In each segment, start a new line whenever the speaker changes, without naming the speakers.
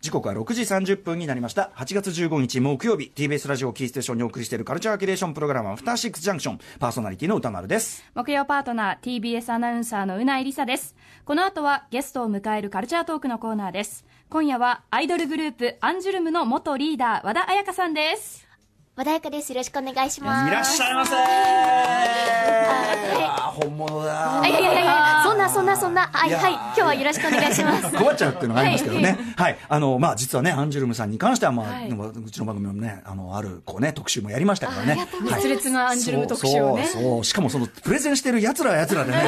時刻は6時30分になりました8月15日木曜日 TBS ラジオキーステーションにお送りしているカルチャーキュレーションプログラム「アフターシックスジャンクション」パーソナリティの歌丸です
木曜パートナー TBS アナウンサーのうないりさですこの後はゲストを迎えるカルチャートークのコーナーです今夜はアイドルグループアンジュルムの元リーダー和田彩香さんです
和田彩香ですよろしくお願いし
い
ます
らっしゃいませ
い
あー本物だ
あいやいやいやいやそんなそんなそんなはいはい今日はよろしくお願いします
困っちゃうっていうのがありますけど
は
ね、はいあのまあ、実はね、アンジュルムさんに関しては、まあ
はいう
ちの番組もね、あのあるこう、ね、特集もやりましたからね、はい
熱烈なアンジュルム特集をね
そうそうそうしかもそのプレゼンしてるやつらはやつらでね、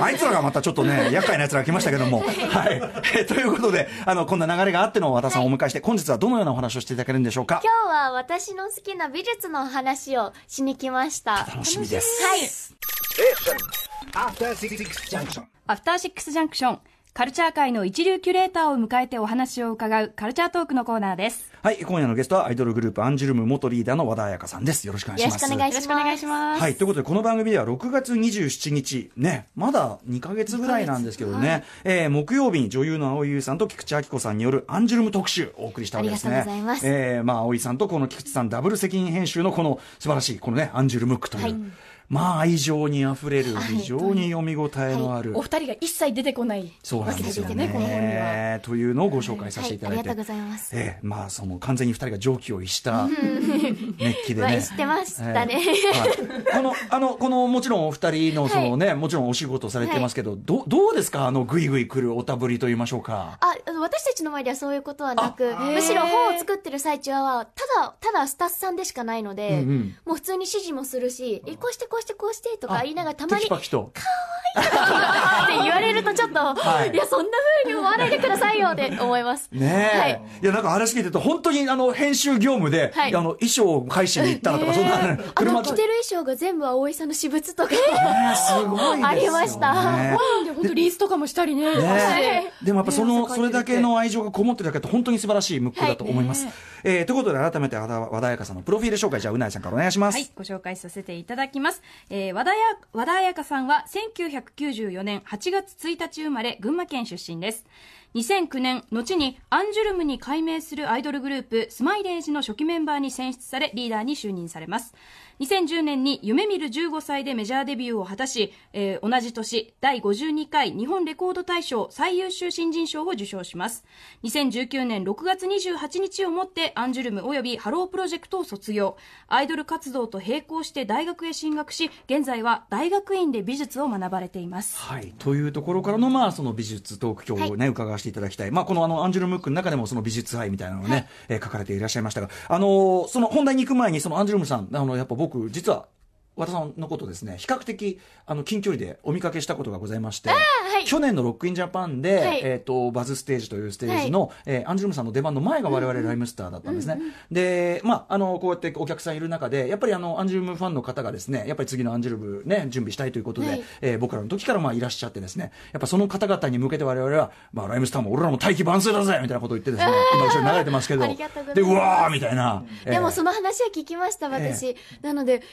あいつらがまたちょっとね、厄介なやつら来ましたけども。はい、えということであの、こんな流れがあっての和田さんをお迎えして、本日はどのようなお話をしていただけるんでしょうか。
今日は私の好きな美術のお話をしに来ました
楽しみです。
はい
After Six Junction.
アフターシックスジャンクションカルチャー界の一流キュレーターを迎えてお話を伺うカルチャートークのコーナーです
はい、今夜のゲストはアイドルグループアンジュルム元リーダーの和田彩香さんです。よろしくお願いします。
よろしくお願い
よろしくお願いします、
はい、ということで、この番組では6月27日、ね、まだ2ヶ月ぐらいなんですけどね、えー木曜日に女優の蒼井優さんと菊池亜希子さんによるアンジュルム特集をお送りしたわけですね。
ありがとうございます
えーまあ、蒼井さんとこの菊池さん、ダブル責任編集のこの素晴らしい、このね、アンジュルムックという。まあ、愛情にあふれる、非常に読み応えのある、
お二人が一切出てこない
そうな
わ
ん
け
で
です
すよ
よ
ね
ね、この本には。
というのをご紹介させていただいて、
はいありがとうございます
ええまあ、その完全に2人が常軌を逸した熱気で
まあ
ね。
知ってましたね
はいこの、あの、この、もちろんお二人の、そのね、もちろんお仕事されてますけど、どうどうですかあの、ぐいぐい来るおたぶりと言いましょうか。
ああの私たちの前ではそういうことはなくむしろ本を作ってる最中はただただスタッフさんでしかないので、
うんうん
もう普通に指示もするしえこうしてこうしてこうしてとか言いながらた
テ
まに
キパキ と。
って言われるとちょっと、
はい
い、や、そんな風に思わないでくださいよって思います。
ねえ、い、やなんか話聞いてると本当にあの編集業務で、
はい
あの衣装を返しに行ったらとか、そんな
あの、
車
着てる衣装が全部葵さんの私物とか。
ねすごいですよね
ありました
本で本当リースとかもしたりね。
ねでもやっぱその、
ね
それだけの愛情がこもってるだけって本当に素晴らしいムックだと思います。えーということで改めて和田和田彩香さんのプロフィール紹介、じゃあうないさんからお願いします。
はい、ご紹介させていただきます。えー和田や和田彩香さんは1994年8月1日生まれ、群馬県出身です。2009年、後にアンジュルムに改名するアイドルグループ、スマイレージの初期メンバーに選出され、リーダーに就任されます。2010年に夢見る15歳でメジャーデビューを果たし、えー同じ年、第52回日本レコード大賞最優秀新人賞を受賞します。2019年6月28日をもって、アンジュルム及びハロープロジェクトを卒業。アイドル活動と並行して大学へ進学し、現在は大学院で美術を学ばれています。
はい、というところからの,、まあその美術トーク今日を、ね伺わせていただきたい、まあ、このあのアンジュルム・ムックの中でもその美術愛みたいなのをね、えー書かれていらっしゃいましたが、あのーその本題に行く前にそのアンジュルムさんあのやっぱ僕実は和田さんのことですね比較的あの近距離でお見かけしたことがございまして、
はい
去年の「ロックインジャパンで」
はい
えー、とバズステージというステージの、えーアンジュルムさんの出番の前が我々ライムスターだったんですね、で、まあ、あのこうやってお客さんいる中でやっぱりあのアンジュルムファンの方がですねやっぱり次のアンジュルム、ね、準備したいということで、
はい
えー僕らの時からまあいらっしゃってですねやっぱその方々に向けて我々は、まあ、ライムスターも俺らも大器晩成だぜみたいなことを言ってですね今後ろに流れてますけど
ありがとうございま
でう
す
わーみたいな、えー
でもその話は聞きました、私。なので、なぜ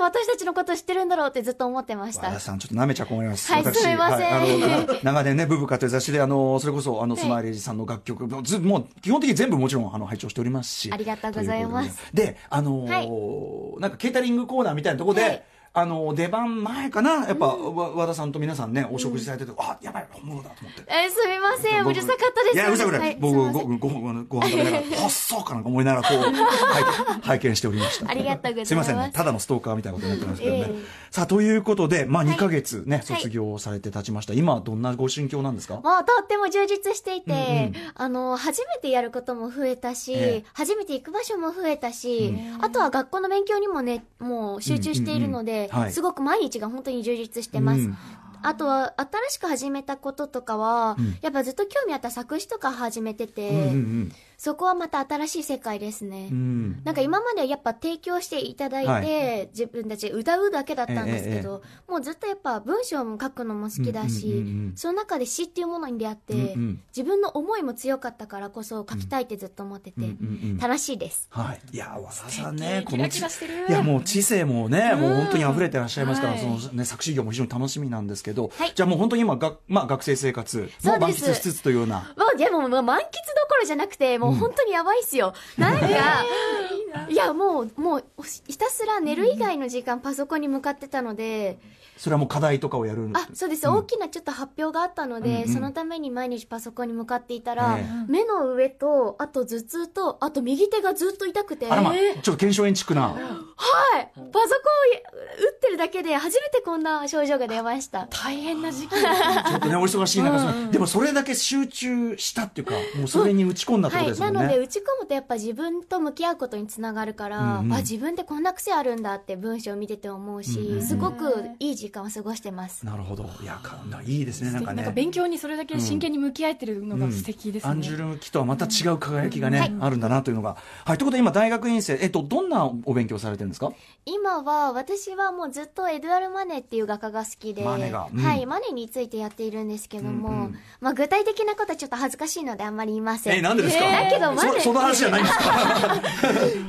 私たちのこと知ってるんだろうってずっと思ってまし
和田
た。
さん、ちょっと舐めちゃ困ります。
はいすみません
はいあのな 長年ね、ブブカという雑誌で、あの、それこそ、あの、スマイレージさんの楽曲、もうずもう、基本的に全部もちろん、あの、拝聴しておりますし。
ありがとうございます
とうことで。で、あのー、なんか、ケータリングコーナーみたいなところで、
はい
あのー出番前かなやっぱ、わ和田さんと皆さんねお食事されてて、あやばい本物だと思って
えーすみません、
僕
うるさかったです。
いや、うるさく
は
ない。
い
僕、
す
ご
みません
ごごごご飯食べながら、ほっそかなんか思いなが ら、こう、はい拝見しておりました。
ありがとうございます
すいませんね。ただのストーカーみたいなことになってますけどね
ええ。
さあ、ということで、まあ、
い
2ヶ月ね、
はい
卒業されて経ちました。今、どんなご心境なんですか
もうとっても充実していて、
うんうん
あの、初めてやることも増えたし、
ええ
初めて行く場所も増えたし、あとは学校の勉強にもね、もう集中しているので、
うんうんうんはい
すごく毎日が本当に充実してます。
うん
あとは、新しく始めたこととかは、
うん
やっぱずっと興味あった作詞とか始めてて、
うんうん
そこはまた新しい世界ですね。
うん。うん。
なんか今まではやっぱ提供していただいて、
は
自分たちで歌うだけだったんですけど、もうずっとやっぱ文章も書くのも好きだし、
うんうんうんうん
その中で詩っていうものに出会って、
うんうん
自分の思いも強かったからこそ書きたいってずっと思って
う
て、
んうんうん
楽しいです。
はい、いや和田さんね、
素敵
この
キラキラしてる
いやもう知性もね、もう本当に溢れてらっしゃいますから、
はい
そのね作詞業も非常に楽しみなんですけど、
はい
じゃあもう本当に今が、まあ、学生生活
そ
も
うです
満喫しつつというような。
もうでも、まあ、満喫どころじゃなくて、もう本当にやばいっすよ。なんか、いや、もう、もう、ひたすら寝る以外の時間、パソコンに向かってたので、
それはもう課題とかをやるんで
あ、そうです。大きなちょっと発表があったの
うんう
で、
ん
そのために毎日パソコンに向かっていたら
ええ、
目の上と、あと頭痛と、あと右手がずっと痛くて、
あらま、
はい。
ちょっと検証炎チックな。
パソコンを打ってるだけで、初めてこんな症状が出ました。
大変な時期
ちょっとね、お忙しい中、そのでもそれだけ集中したっていうか、もうそれに打ち込んだってこと
は
で
い、
すも
なんので
ね。
打ち込むとやっぱ自分と向き合うことにつながるから、
うんうん
あ自分ってこんな癖あるんだって文章を見てて思うし、
うんうん
すごくいい時間を過ごしてます。
なるほど。いや、かいいですね、
な
なんん
か
かね。
勉強にそれだけ真剣に向き合えてるのが素敵ですね、
アンジュルム期とはまた違う輝きがね、あるんだなというのが。はい、ということで今大学院生、えっと、どんなお勉強されてるんですか
今は私はもうずっとエドゥアル・マネっていう画家が好きで、
マネがうん
はい、マネについてやっているんですけども、
うんうん
まあ具体的なことはちょっと恥ずかしいのであんまり言いません。
え、なんでですか、
だけどマ
そ
ネ
その話じゃないんですか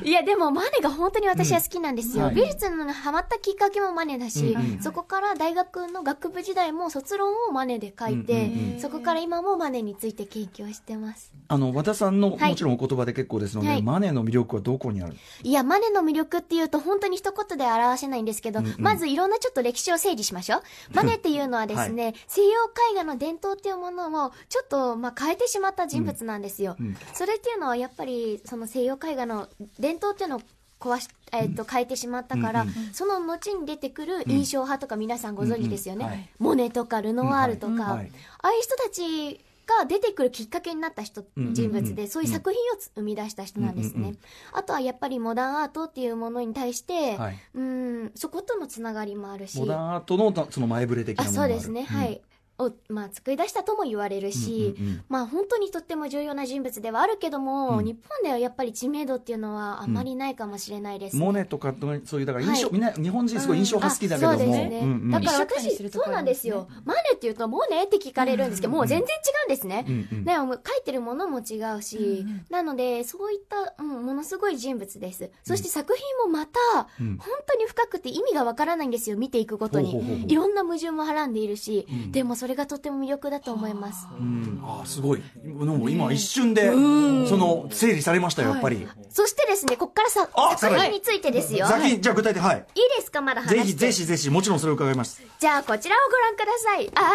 いやでもマネが本当に私は好きなんです
うん
よ、
はい
美術のハマったきっかけもマネだし、
うんうん
そこから大学の学部時代も卒論をマネで書いて、
うんうん
うん
そこから今もマネについて研究をしてます
あの、和田さんの、
はい
もちろんお言葉で結構ですので、
はい
マネの魅力はどこにある
いやマネの魅力っていうと本当に一言で表せないんですけど、
うんうん
まずいろんなちょっと歴史を整理し ましょうマネっていうのはですね、西洋絵画の伝統っていうものをちょっとまあ変えてしまった人物なんですよ、
うん
それっていうのはやっぱりその西洋絵画の伝統っていうのを壊し、えっと変えてしまったから、
うん
その後に出てくる印象派とか皆さんご存知ですよね、
うんうんはい
モネとかルノワールとか、
うん
はいはい
ああいう人たちが出てくるきっかけになった人、
うん
人物で、
うん
そういう作品をつ生み出した人なんですね、
うんうんうん
あとはやっぱりモダンアートっていうものに対して、
はい
うんそことのつながりもあるし
モダンアートのその前触れ的な
あ
ものも
そ
あ
う
る
ですね、はいを、まあ、作り出したとも言われるし、
うんうんうん
まあ本当にとっても重要な人物ではあるけども、
うん
日本ではやっぱり知名度っていうのはあまりないかもしれないですね。
モネとかとそういうだから印象、
はい
みんな日本人すごい印象派好きだけども、
あそうですね
うんうん
だから
一緒くたに
私
するとこ
そうなんですよ
あり
マネっていうとモネって聞かれるんですけど、もう全然違うんですね、
うんうん
ねもう書いてるものも違うし、
うんうん
なのでそういった、うん、ものすごい人物ですそして作品もまた、
うん
本当に深くて意味がわからないんですよ見ていくごとに
ほうほうほうほう
いろんな矛盾もはらんでいるし、
うん
でもそれがとっても魅力だと思います
うん、あーすごいでも今一瞬で、
うん
その整理されましたよ
はい
やっぱり、
そしてですねここからさ
あ
作品についてですよ
ザ
いい
キじゃあ具体的はい
ですかまだ話して
ぜひぜひぜひもちろんそれを伺います
じゃあこちらをご覧くださいあーラ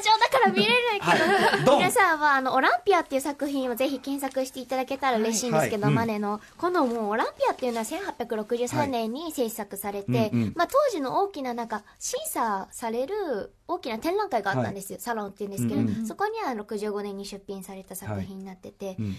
ジオだから見れないけ
はい
ど、
ドン
皆さんはあのオランピアっていう作品をぜひ検索していただけたら嬉しいんですけど、
はい
マネのこのもうオランピアっていうのは1863年に制作されて、
はいうんうん
まあ、当時の大きななんか審査される大きな展覧会があったんですよ、サロンっていうんですけど、
うんう
そこには65年に出品された作品になってて、
うん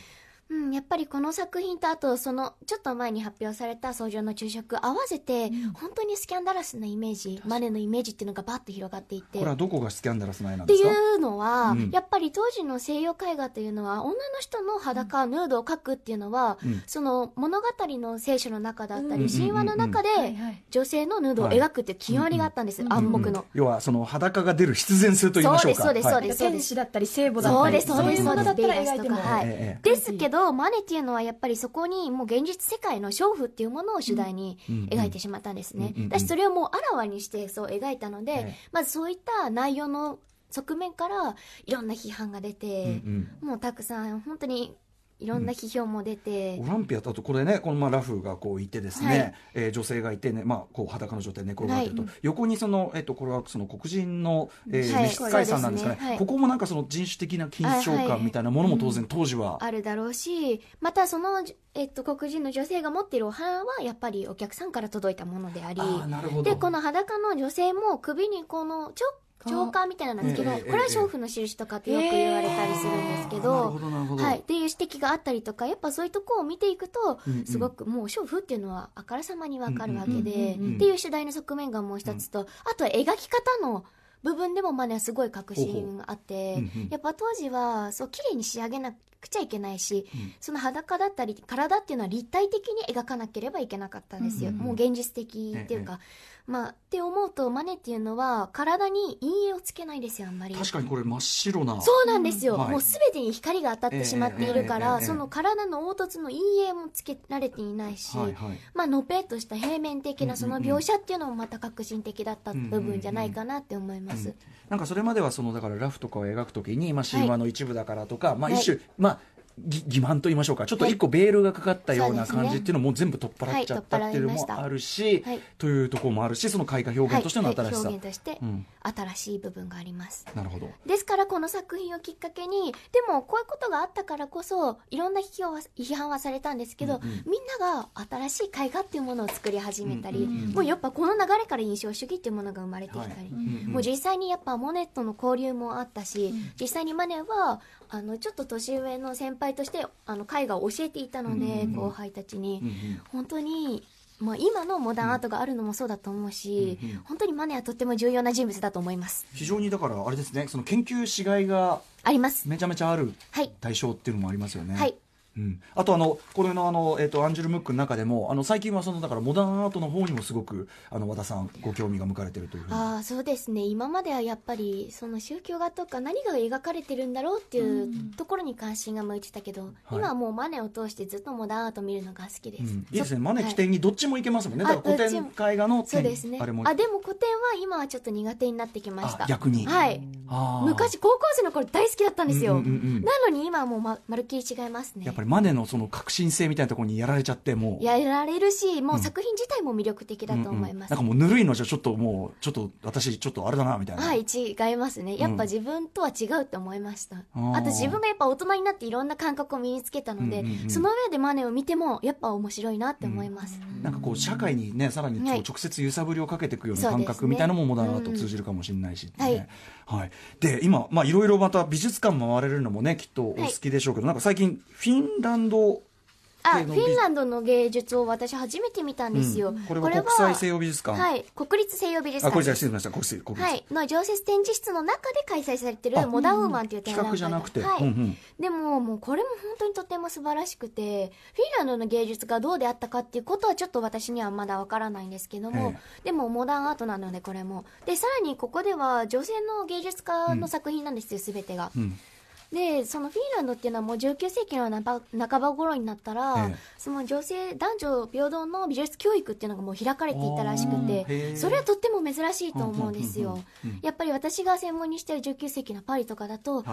うん、やっぱりこの作品とあとそのちょっと前に発表された「相乗の昼食」合わせて本当にスキャンダラスなイメージマネのイメージっていうのがバッと広がっていて
これは
っ
どこがスキャンダラス前なん
て
です
い
か
うのは、
うん
やっぱり当時の西洋絵画というのは女の人の裸、ヌードを描くっていうのは、
うん
その物語の聖書の中だった
うん
り神話の中で
はいはい
女性のヌードを描くっていう決まりがあったんです、暗黙の。
うん要はその裸が出る必然性と言いましょうか
そうですそう
はい
です
天使だったり聖母だっ
そ
た
うで
り
す、そうです、
いう
そ
もの
うで
だ
す、
っ
ベ
た
イ
ら
ダ
描
ス
いて
とか、
も
はい。
えええ
ですけど、マネっていうのはやっぱりそこにもう現実世界の娼婦っていうものを主題に
うんうん
描いてしまったんです
う
ね
んうんうん。
だし、それをもうあらわにしてそう描いたの
え
で
え、
まずそういった内容の側面からいろんな批判が出
うんう
て、
ん
もうたくさん本当にいろんな批評も出て
オ、ランピアだとこれねこのまあラフがこういてですね、
はい
えー女性がいてね、まあ、こう裸の状態で寝転がってると、横にその、えっとこれはその黒人の、えー
はい
召使いさんなんですかね
そうですねはい
ここもなんかその人種的な緊張
あはい
感みたいなものも当然当時は、
あるだろうし、またその、えっと、黒人の女性が持っているお花はやっぱりお客さんから届いたものであり、
ああなるほど
でこの裸の女性も首にこのチョチョーカーみたいなのなんですけど、
ええええ
これは娼婦の印とかってよく言われたりするんですけ
あーなる
ど
ほ。どなるほど、
はい、っていう指摘があったりとかやっぱそういうとこを見ていくと、
うんうん
すごくもう娼婦っていうのはあからさまにわかるわけで、
うんうんうん
っていう主題の側面がもう一つと、あとは描き方の部分でもマネはすごい革新があって、
ほうほううんうん
やっぱ当時はそう綺麗に仕上げなくちゃいけないし、
うん
その裸だったり体っていうのは立体的に描かなければいけなかったんですよ、
うんうん
もう現実的っていうか、まあ、って思うとマネっていうのは体に陰影をつけないですよあんまり
確かにこれ真っ白な
そうなんですよ、
うんはい
もう全てに光が当たってしまっているから、
ええええええええ
その体の凹凸の陰影もつけられていないし、
はいはい
まあのぺっとした平面的
うんうんう
なんその描写っていうのもまた革新的だった部分じゃないかなって思いま
う
す
ん。なんかそれまではそのだからラフとかを描くときに、まあ、神話の一部だからとか、まあ、
はい
一種、まあぎ欺瞞と言いましょうかちょっと一個ベールがかかったよう
は
ない
そうですね
感じっていうのも全部取っ払っちゃったっていうの
はい取っ払いまし
も
た
あるし、
はい
というところもあるしその絵画表現としての
は
新
い
しさ、
表現として
うん、
新しい部分があります。
なるほど
ですからこの作品をきっかけにでもこういうことがあったからこそいろんな批評は批判はされたんですけど、
うんうん
みんなが新しい絵画っていうものを作り始めたり、
うんうんうん
もうやっぱこの流れから印象主義っていうものが生まれてきたり、
ん
もう実際にやっぱモネとの交流もあったし、
ん
実際にマネはあのちょっと年上の先輩としてあの絵画を教えていた
う
ので、
んうんうん
後輩たちに、
うんうん
本当に、まあ、今のモダンアートがあるのもそうだと思うし、
うんうん
本当にマネはとっても重要な人物だと思います
非常にだからあれですねその研究しがいが
あります
めちゃめちゃある
はい
対象っていうのもありますよね。
はい
うん、あとあのこれのあの、えっとアンジュル・ムックの中でもあの最近はそのだからモダンアートの方にもすごくあの和田さんご興味が向かれてるというふうに
ああそうですね今まではやっぱりその宗教画とか何が描かれてるんだろうっていうところに関心が向いてたけど、今はもうマネを通してずっとモダンアート見るのが好きです、
うんいいですね
そ
マネ起
はい
点にどっちもいけますもんね、
はい
だから古
あど
典
っち
絵画の
そうですね
あれも
あでも古典は今はちょっと苦手になってきました
あ逆に
はい
あー
昔高校生の頃大好きだったんですよ、
うんうんうんうん
なのに今はもうままるっきり違いますね
やっぱりマネのその革新性みたいなところにやられちゃってもう
やられるしもう作品自体も魅力的だと思い
うんうん
ます、
なんかもうぬるいのじゃちょっともうちょっと私ちょっとあれだなみたいな、
はい、違いますね。やっぱ自分とは違うって思いました。
うん
あと自分がやっぱ大人になっていろんな感覚を身につけたので、
うんうんうん
その上でマネを見てもやっぱ面白いなって思います。
なんかこう社会にねさらにこう
はい
直接揺さぶりをかけていくような
そうで
感
すね
覚みたいなのもモダンアート通じるかもしれないし、ね
うんはい
はい、で今まあいろいろまた美術館回れるのもねきっとお好きでしょうけど、なんか最近フィンランド
あ、
芸
フ
能美
ィンランドの芸術を私初めて見たんですよ。
うんこれは国際西洋美術館
はい、国立西洋美術
あ
館。
これじゃ失礼しました国立国立、
はい、の常設展示室の中で開催されて
あ
るモダンウーマンという展
企
覧会
画
が
じゃなくて、
はい
うんうん
でももうこれも本当にとても素晴らしくてフィンランドの芸術がどうであったかっていうことはちょっと私にはまだわからないんですけども、
え
でもモダンアートなのでこれもでさらにここでは女性の芸術家の作品なんですよ、全てが
うん
でそのフィンランドっていうのはもう19世紀の半ば半ば頃になったら、
ええ
その女性男女平等の美術教育っていうのがもう開かれていたらしく
あーへ
て
え
それはとっても珍しいと思うんですよ、
うんうんうんうん
やっぱり私が専門にしてる19世紀のパリとかだ
は
と、
い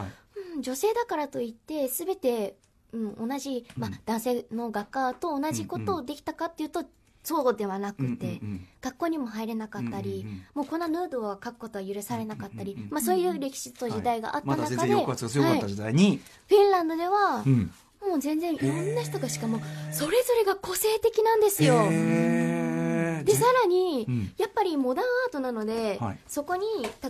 うん女性だからといって全て、うん、同じ、まあ
うん、
男性の画家と同じことをできたかっていうと、そうではなくて、
うんうんうん
学校にも入れなかった
うんうん
り、
うん
もうこんなヌードは描くことは許されなかったり、
うんうんうん
まあ、そういう歴史と時代があった
まだ
中で、
全然抑圧が強かっ
は
た
い
時代に、
フィンランドでは、
うん
もう全然いろんな人がしかもそれぞれが個性的なんですよ。
へー
でさらに、
うん
やっぱりモダンアートなので、
はい
そこに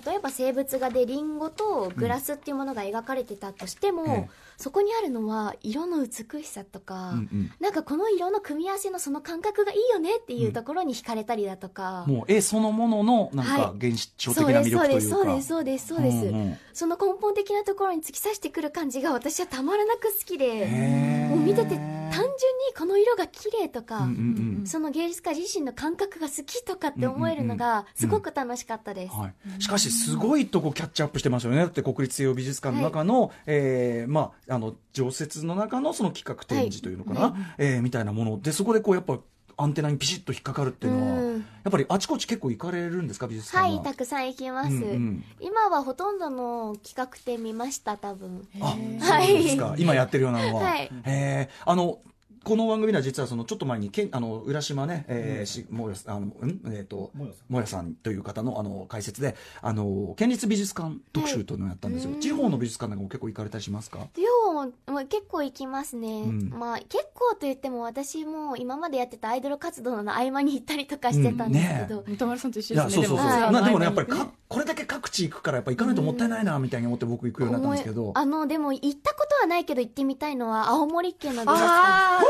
例えば生物画でリンゴとグラスっていうものが描かれてたとしても、
うんええ
そこにあるのは色の美しさとか、
うんうん
なんかこの色の組み合わせのその感覚がいいよねっていうところに惹かれたりだとか、
もう絵そのもののなんか
はい
原始
そ
調
う
的な魅力と
で
い
す
うか、
そうですそうですそうですそうです、
んん
その根本的なところに突き刺してくる感じが私はたまらなく好きで、
へー
もう見てて単純にこの色が綺麗とか、
うんうんうん
その芸術家自身の感覚が好きとかって思えるのがすごく楽しかったです。
はい、しかし、すごいとこキャッチアップしてますよね、だって国立西洋美術館の中の、えーまあ、あの常設の中のその企画展示というのかな、えーみたいなもので、そこでこうやっぱアンテナにピシッと引っかかるっていうのは、
うん
やっぱりあちこち結構行かれるんですか、美術館
は
は。
い、たくさん行きます。
うんうん
今はほとんどの企画展見ました、多分。
あ、
は
そうです
い。
か。今やってるようなのは。
はい
えーあの、この番組では実はそのちょっと前にけんあの浦島ね、えー、しもやあのうんえっ、と
もやさん
もやさんという方のあの解説であの県立美術館特集というのをやったんですよ。
はい
地方の美術館なんかも結構行かれたりしますか。
量ももう結構行きますね。
ん
まあ結構と言っても私も今までやってたアイドル活動の合間に行ったりとかしてたんですけど、
歌丸さんと一緒
い
で
や
すね。
そうそうそう。
でも
なでもねやっぱり
か
かこれだけ各地行くからやっぱ行かないともったいないなみたいに思って僕行くようになったんですけ
思
ど。
いあの、でも行ったことはないけど行ってみたいのは青森県の美術館。
あ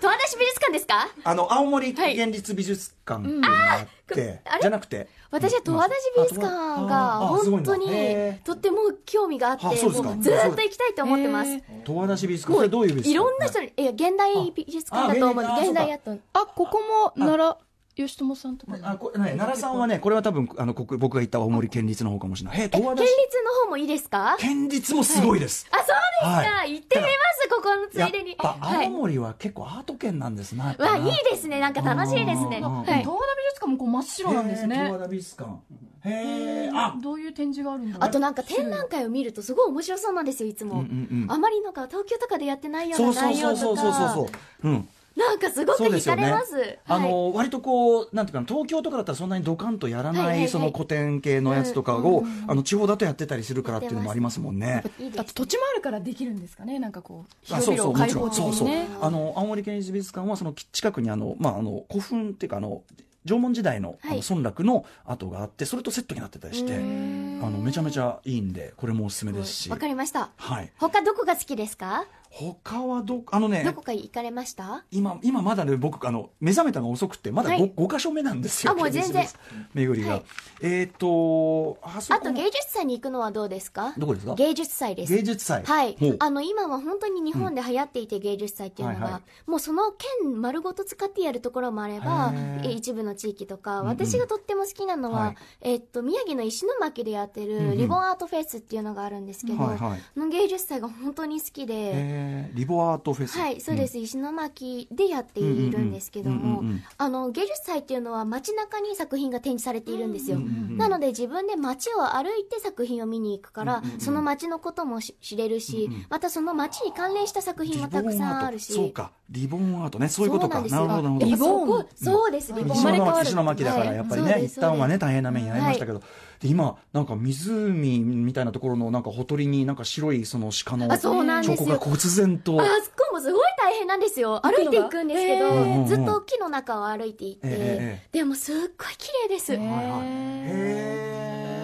十和田市美術館ですか
あの青森県立美術館っていうのがあって、
うんああれ
じゃなくて
私は十和田市美術館が
あすごい
本
な
当に
へー
とっても興味があって、も
あ
う
そうですか
ずーっと行きたいと思ってます。
十和田市美術館
も
それどういう美術館
いろんな人に、いや、現代美術館だと思う
ああ。
現代やと。
あここも奈良吉友さんとかも
あこね、奈良さんはね、これは多分あのこ僕が言った青森県立の方かもしれない。え、
え、
十
県
和
立
田市
の方もいいですかあ、そうで
県立もすごいです。
すか、
は
行ってみます、ここのつ
や
い
っ
でに。
ぱ
は
青
い。
森は結構アート県なんですな。やっぱな
わ、
い
いですね。なんか楽しいですね。
うんうんうん
は
東和田
い
美。術館もこう真っ白なんです
へー十
ね
和田美術館。へえ。あ。
どういう展示があるんだろう
あとなんか展覧会を見るとすごい面白そうなんですよ、いつ
うんう
も。
んう
あ
ん。
まりなんか東京とかでやってないよう
そう
な
そう
内
そ
容
うそ
と
うそうそう
か。
そう。うん。
なんかすごく
そうで
惹
すよ
か
ね
れます。
あ
はい
の割とこうなんていうかな東京とかだったらそんなにドカンとやら
はい
な
はいはいい
その古典系のやつとかをあの地方だとやってたりするからっていうのもありますもんね。
いいです
あと土地もあるからできるんですかねなんかこう
あ
広
そう
々
そう
を
も
開
ちろ
放
ん
的
そう
に
そう
ね
あの青森県立美術館はその近くにあの、まあ、あの古墳っていうかあの縄文時代の,、
はい
あの村落の跡があってそれとセットになってたりして
う
あのめちゃめちゃいいんでこれもおすすめですし
わかりました。
はい
他どこが好きですか
他はどあのね
どこか行かれました
今今まだね僕あの目覚めたのが遅くてまだ 5,、
は
五
い
箇所目なんですよ
あもう全然
巡りが、
はい
えっ、とあそ
あ
こも
と芸術祭に行くのはどうですか
どこですか
芸術祭です。
芸術祭
はい
ほう、
あの今は本当に日本で流行っていて芸術祭っていうのが、
はいは
もうその県丸ごと使ってやるところもあれば
へー
え一部の地域とか
うん
私がとっても好きなのは、
はい
えっと宮城の石巻でやって
うんう
る
ん
リボンアートフェスっていうのがあるんですけど、
はいはい
あの芸術祭が本当に好きで、
えーリボアートフェス、
はいそうですす、石巻でやっているんですけども、
うんうんうんうんうんうん
あの芸術祭っていうのは街中に作品が展示されているんですよ、
うんうんうん
なので自分で街を歩いて作品を見に行くから、
うんうんうん
その街のこともし知れるし、
うんうん
またその街に関連した作
リ
品
ボ
もたく
ン
さん
ア
あ
ー
る
ト
し
そうかリボンアートねそういうことか
そうなんです
なるほ
よ
どなるほど
リボ
やっぱそ
ン
こそうですリボン
石
生まれ変
巻
わる
石巻だからやっぱりね、
はい
一旦はね大変な目に遭いましたけど、で今なんか湖みたいなところのなんかほとりになんか白いその鹿の
あそうなん
彫
です
刻が
よ
忽然と
あそこもすごい大変なんですよ歩いていくんですけど、
行
くのがへー
ずっと木の中を歩いていて、
えええ
でもすっごい綺麗です、
へ
はいはい
ー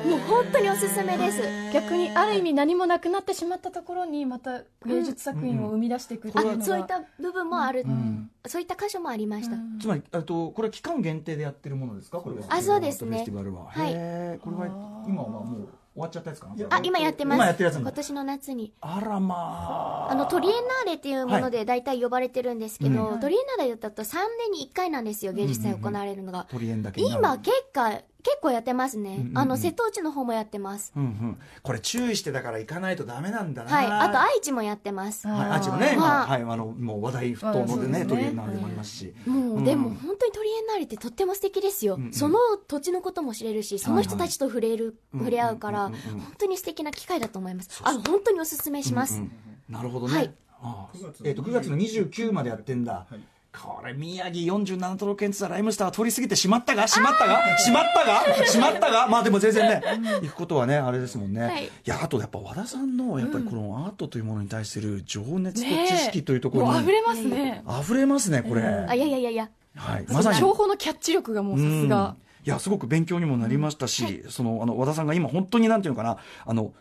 もう本当におすすめです
逆にある意味何もなくなってしまったところにまた芸術作品を生み出していくって
あ
いうのが
そういった部分もある、
ん
そういった箇所もありました、
うん
つまりあとこれは期間限定でやってるものですかこれは
あそうです
フ
ね
ェスティバルは、
はい
へーこれは
あー
今はもう終わっちゃったやつかな
あ今やってます
今やってるやつなんだ
今年の夏に
あらまあ
あのトリエンナーレっていうもので大体呼ばれてるんですけど、
うん
トリエンナーレだと3年に1回なんですよ芸術祭行われるのが、
トリエンだけになる
今結果結構やってますね、
んうんうん
あの瀬戸内の方もやってます、
うんうん、これ注意してだから行かないとダメなんだな
はいあと愛知もやってます、
あ
はい、アーチもね、
い
今、はい、あの、もう話題沸騰ので
あそ
ね、
うですね
トリエンナーレもありますし。
もう、
うん
でも本当にトリエンナーレってとっても素敵ですよ、
んうん
その土地のことも知れるしその人たちと触れる、
はい
触れ合うから、
うんうんうんうん
本当に素敵な機会だと思います
そうそう
あ本当におすすめします、
うんうんなるほどね。
はい
ああ
9月の
えっと、9月の29までやってんだ
はい。
これ、宮城47都道府県ツアーライムスター通り過ぎてしまったがしまったがしまったがしまったがまあでも全然ね、行くことはね、あれですもんね。
はいい、
や、あとやっぱ和田さんの、やっぱりこのアートというものに対する情熱と知識というとこ
も
ろ
う
に
溢、れますね
溢れますね、これ。
あいやいやいやいや
はい、
そ
まさ
の
に。
情報のキャッチ力がもうさすが
いや、すごく勉強にもなりましたし、その、あの、和田さんが今本当になんていうのかな、あの、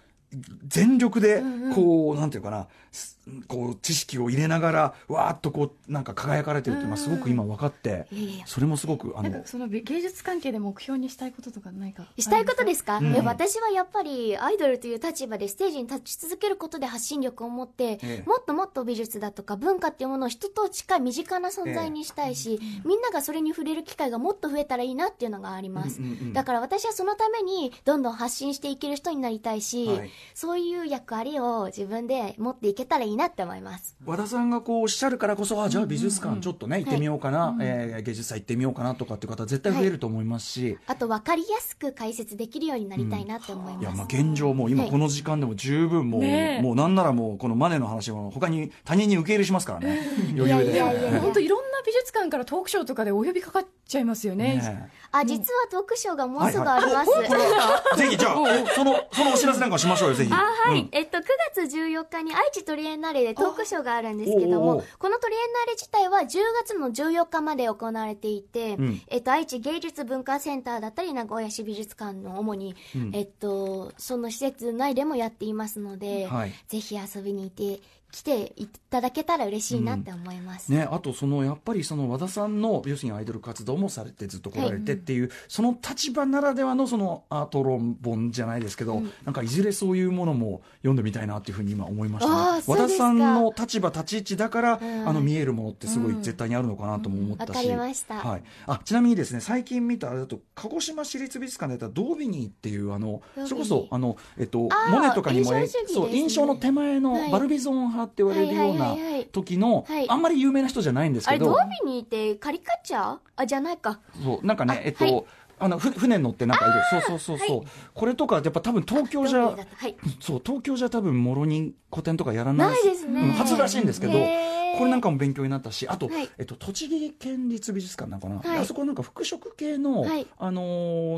全力で、こう、なんていうかな、すこう、知識を入れながら、わーっとこう、なんか輝かれてるっていうのがすごく今分かって、
いやいやいや
それもすごく、あ
なん
の
か、その芸術関係で目標にしたいこととかないか
したいことですすか、
ん
いや私はやっぱりアイドルという立場でステージに立ち続けることで発信力を持って、
ええ
もっともっと美術だとか文化っていうものを人と近い身近な存在にしたいし、みんながそれに触れる機会がもっと増えたらいいなっていうのがあります、
うんうんうん
だから私はそのためにどんどん発信していける人になりたいし、
はい
そういう役割を自分で持っていけたらいいなって思います
和田さんがこうおっしゃるからこそ、あ、じゃあ美術館ちょっとね、行ってみようかな、えー芸術祭行ってみようかなとかっていう方は絶対増えると思いますし、
あと分かりやすく解説できるようになりたいなって思います、
いやまあ現状もう今
はい
この時間でも十分もう、
ねえ
もうなんならもうこのマネの話は他に他人に受け入れしますからね余裕で
いやいやいや
本当いろんな美術館からトークショーとかでお呼びかかっちゃいますよね
ねえ
あ実はトークショーがもうすぐあります、
ぜひじゃあそのそのお知らせなんかしましょうよぜひ
あはい、
うん
えっと9月14日に愛知トリエンナーレでトークショーがあるんです
お
けど
うおうお
も
う
このトリエンナーレ自体は10月の14日まで行われていて、
ん
えっと、愛知芸術文化センターだったり名古屋市美術館の主に、えっと、その施設内でもやっていますので、
はい
ぜひ遊びに行って来ていただけたら嬉しいなって思います。
ね、あとそのやっぱりその和田さんの要するにアイドル活動もされてずっと来られてっていう、その立場ならではのそのアート論本じゃないですけど、なんかいずれそういうものも読んでみたいなっていうふうに今思いました、
あ
ね
ー、そ
和
うで
田
すか
さんの立場立ち位置だから、
うん
あの見えるものってすごい絶対にあるのかなとも思っ
わ
た
か
し、
りました。
はい、あちなみにですね最近見たあれだと鹿児島市立美術館でやったドービニーっていうあの
ドービニー
それこそあの、えっと、モ
あー
ネとかにも
印象主義ですね
そう印象の手前
は
の
い
バルビゾン派って言われるような
はいはいはいはい
時の、
はい
あんまり有名な人じゃないんです
あ
け
れ、ド
ど
ービニーってカリカチャーあ、じゃないか。
そうなんかね
あ
えっと、
はい
あのふ船に乗ってなんかいるそうそうそうそう、これとかやっぱ多分東京じ
ドービ
ゃ
ニーだったはい。
そう東京じゃ多分もろに古典とかやらない
ないですね。
うん初らしいんですけど、
へー
これなんかも勉強になったしあと、
はい
えっと、栃木県立美術館なんかな、
はい
あそこなんか服飾系の、
はい
あの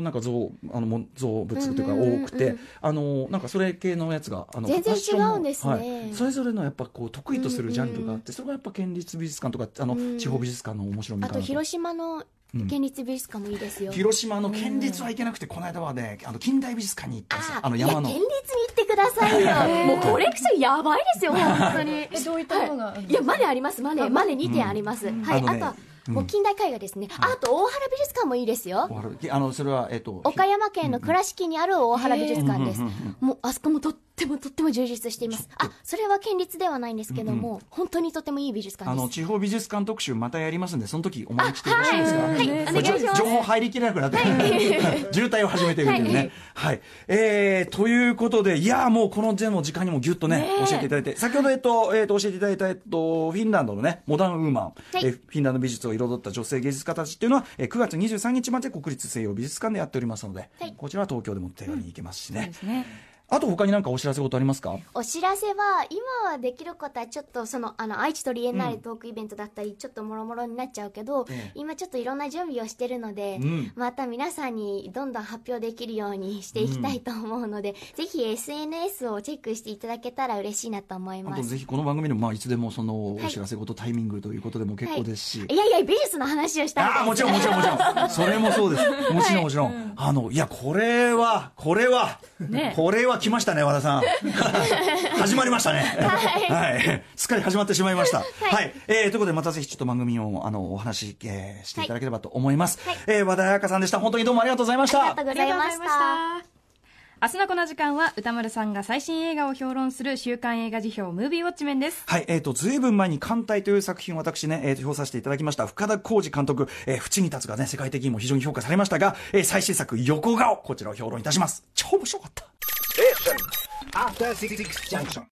ーなんか像あのも像物というか
うんうんうんうん
多くて、あのーなんかそれ系のやつがあの
全然
ファッションの
違うんですね
はい、それぞれのやっぱこう得意とするジャンルがあって、それがやっぱ県立美術館とかあの、
うん
地方美術館の面白みか
あ
な
と、広島の
うん
県立美術館もいいですよ。
広島の県立は行けなくて、この間はねあの近代美術館に行ったんですよ
あ
あの山の
いや、県立に行ってくださ いよ。もうコレクションやばいですよ、本当に。
えどういったものが
はいいや、マネあります、マネ。マネ2点あります。はい、
あの
あ
ね
とは、
うん
もう近代絵画ですね。あと、大原美術館もいいですよ。
終わるあのそれは、えっと、
岡山県の倉敷にある大原美術館です
うんうんうん。
もう、あそこもとってもとっても充実しています。あ、それは県立ではないんですけども、本当にとてもいい美術館
あ
で
の
す。
地方美術館特集またやりますんでその時お前来てよろしいですか、
あはいはい
こ
お
れ
願いします
じょ情報入りきれなくなって、 渋滞を始めているというねはい、えー、ということでいやーもうこの前の時間にもぎゅっとね
ねえ
教えていただいて先ほど、えっとえっと教えていただいた、えっと、フィンランドのねモダンウーマン、
はい
えフィンランド美術を彩った女性芸術家たちっていうのは、えー9月23日まで国立西洋美術館でやっておりますので、
はい
こちらは東京でも手軽に行けますしね、
ですね。
あと他になんかお知らせ事ありますか
お知らせは、今はできることはちょっと、その、あの、愛知トリエンナーレトークイベントだったり、ちょっともろもろになっちゃうけど
ええ、
今ちょっといろんな準備をしてるので
うん、
また皆さんにどんどん発表できるようにしていきたいと思うので、ぜひ SNS をチェックしていただけたら嬉しいなと思い
あ
ま
と
す。
ぜひこの番組でも、まあ、いつでもそのお知らせ事、タイミングということでも結構ですし、
いやいや、美術の話をしたいです
ああ、もちろん、もちろん、もちろ ん。それもそうです。もちろん、もちろん。あの、いや、これは、これは、
ね
これは来ましたね、和田 さん。始まりましたね。はい。すっかり始まってしまいました。はい。えーということで、またぜひちょっと番組を、あの、お話し、えーしていただければと思います。えー和田彩香さんでした。本当にどうもありがとうございまし
あり
た
がと。うご
ありが
ざい
とうご
ま
ざい
し。
ましたた。明日のこの時間は歌丸さんが最新映画を評論する週刊映画辞表ムービーウォッチメンです。
はい、えっ、と、ずいぶん前に艦隊という作品を私ね、えーと評させていただきました、深田浩二監督、えー、淵に立つがね、世界的にも非常に評価されましたが、えー最新作、横顔、こちらを評論いたします。超面白かった。
After Six Junction.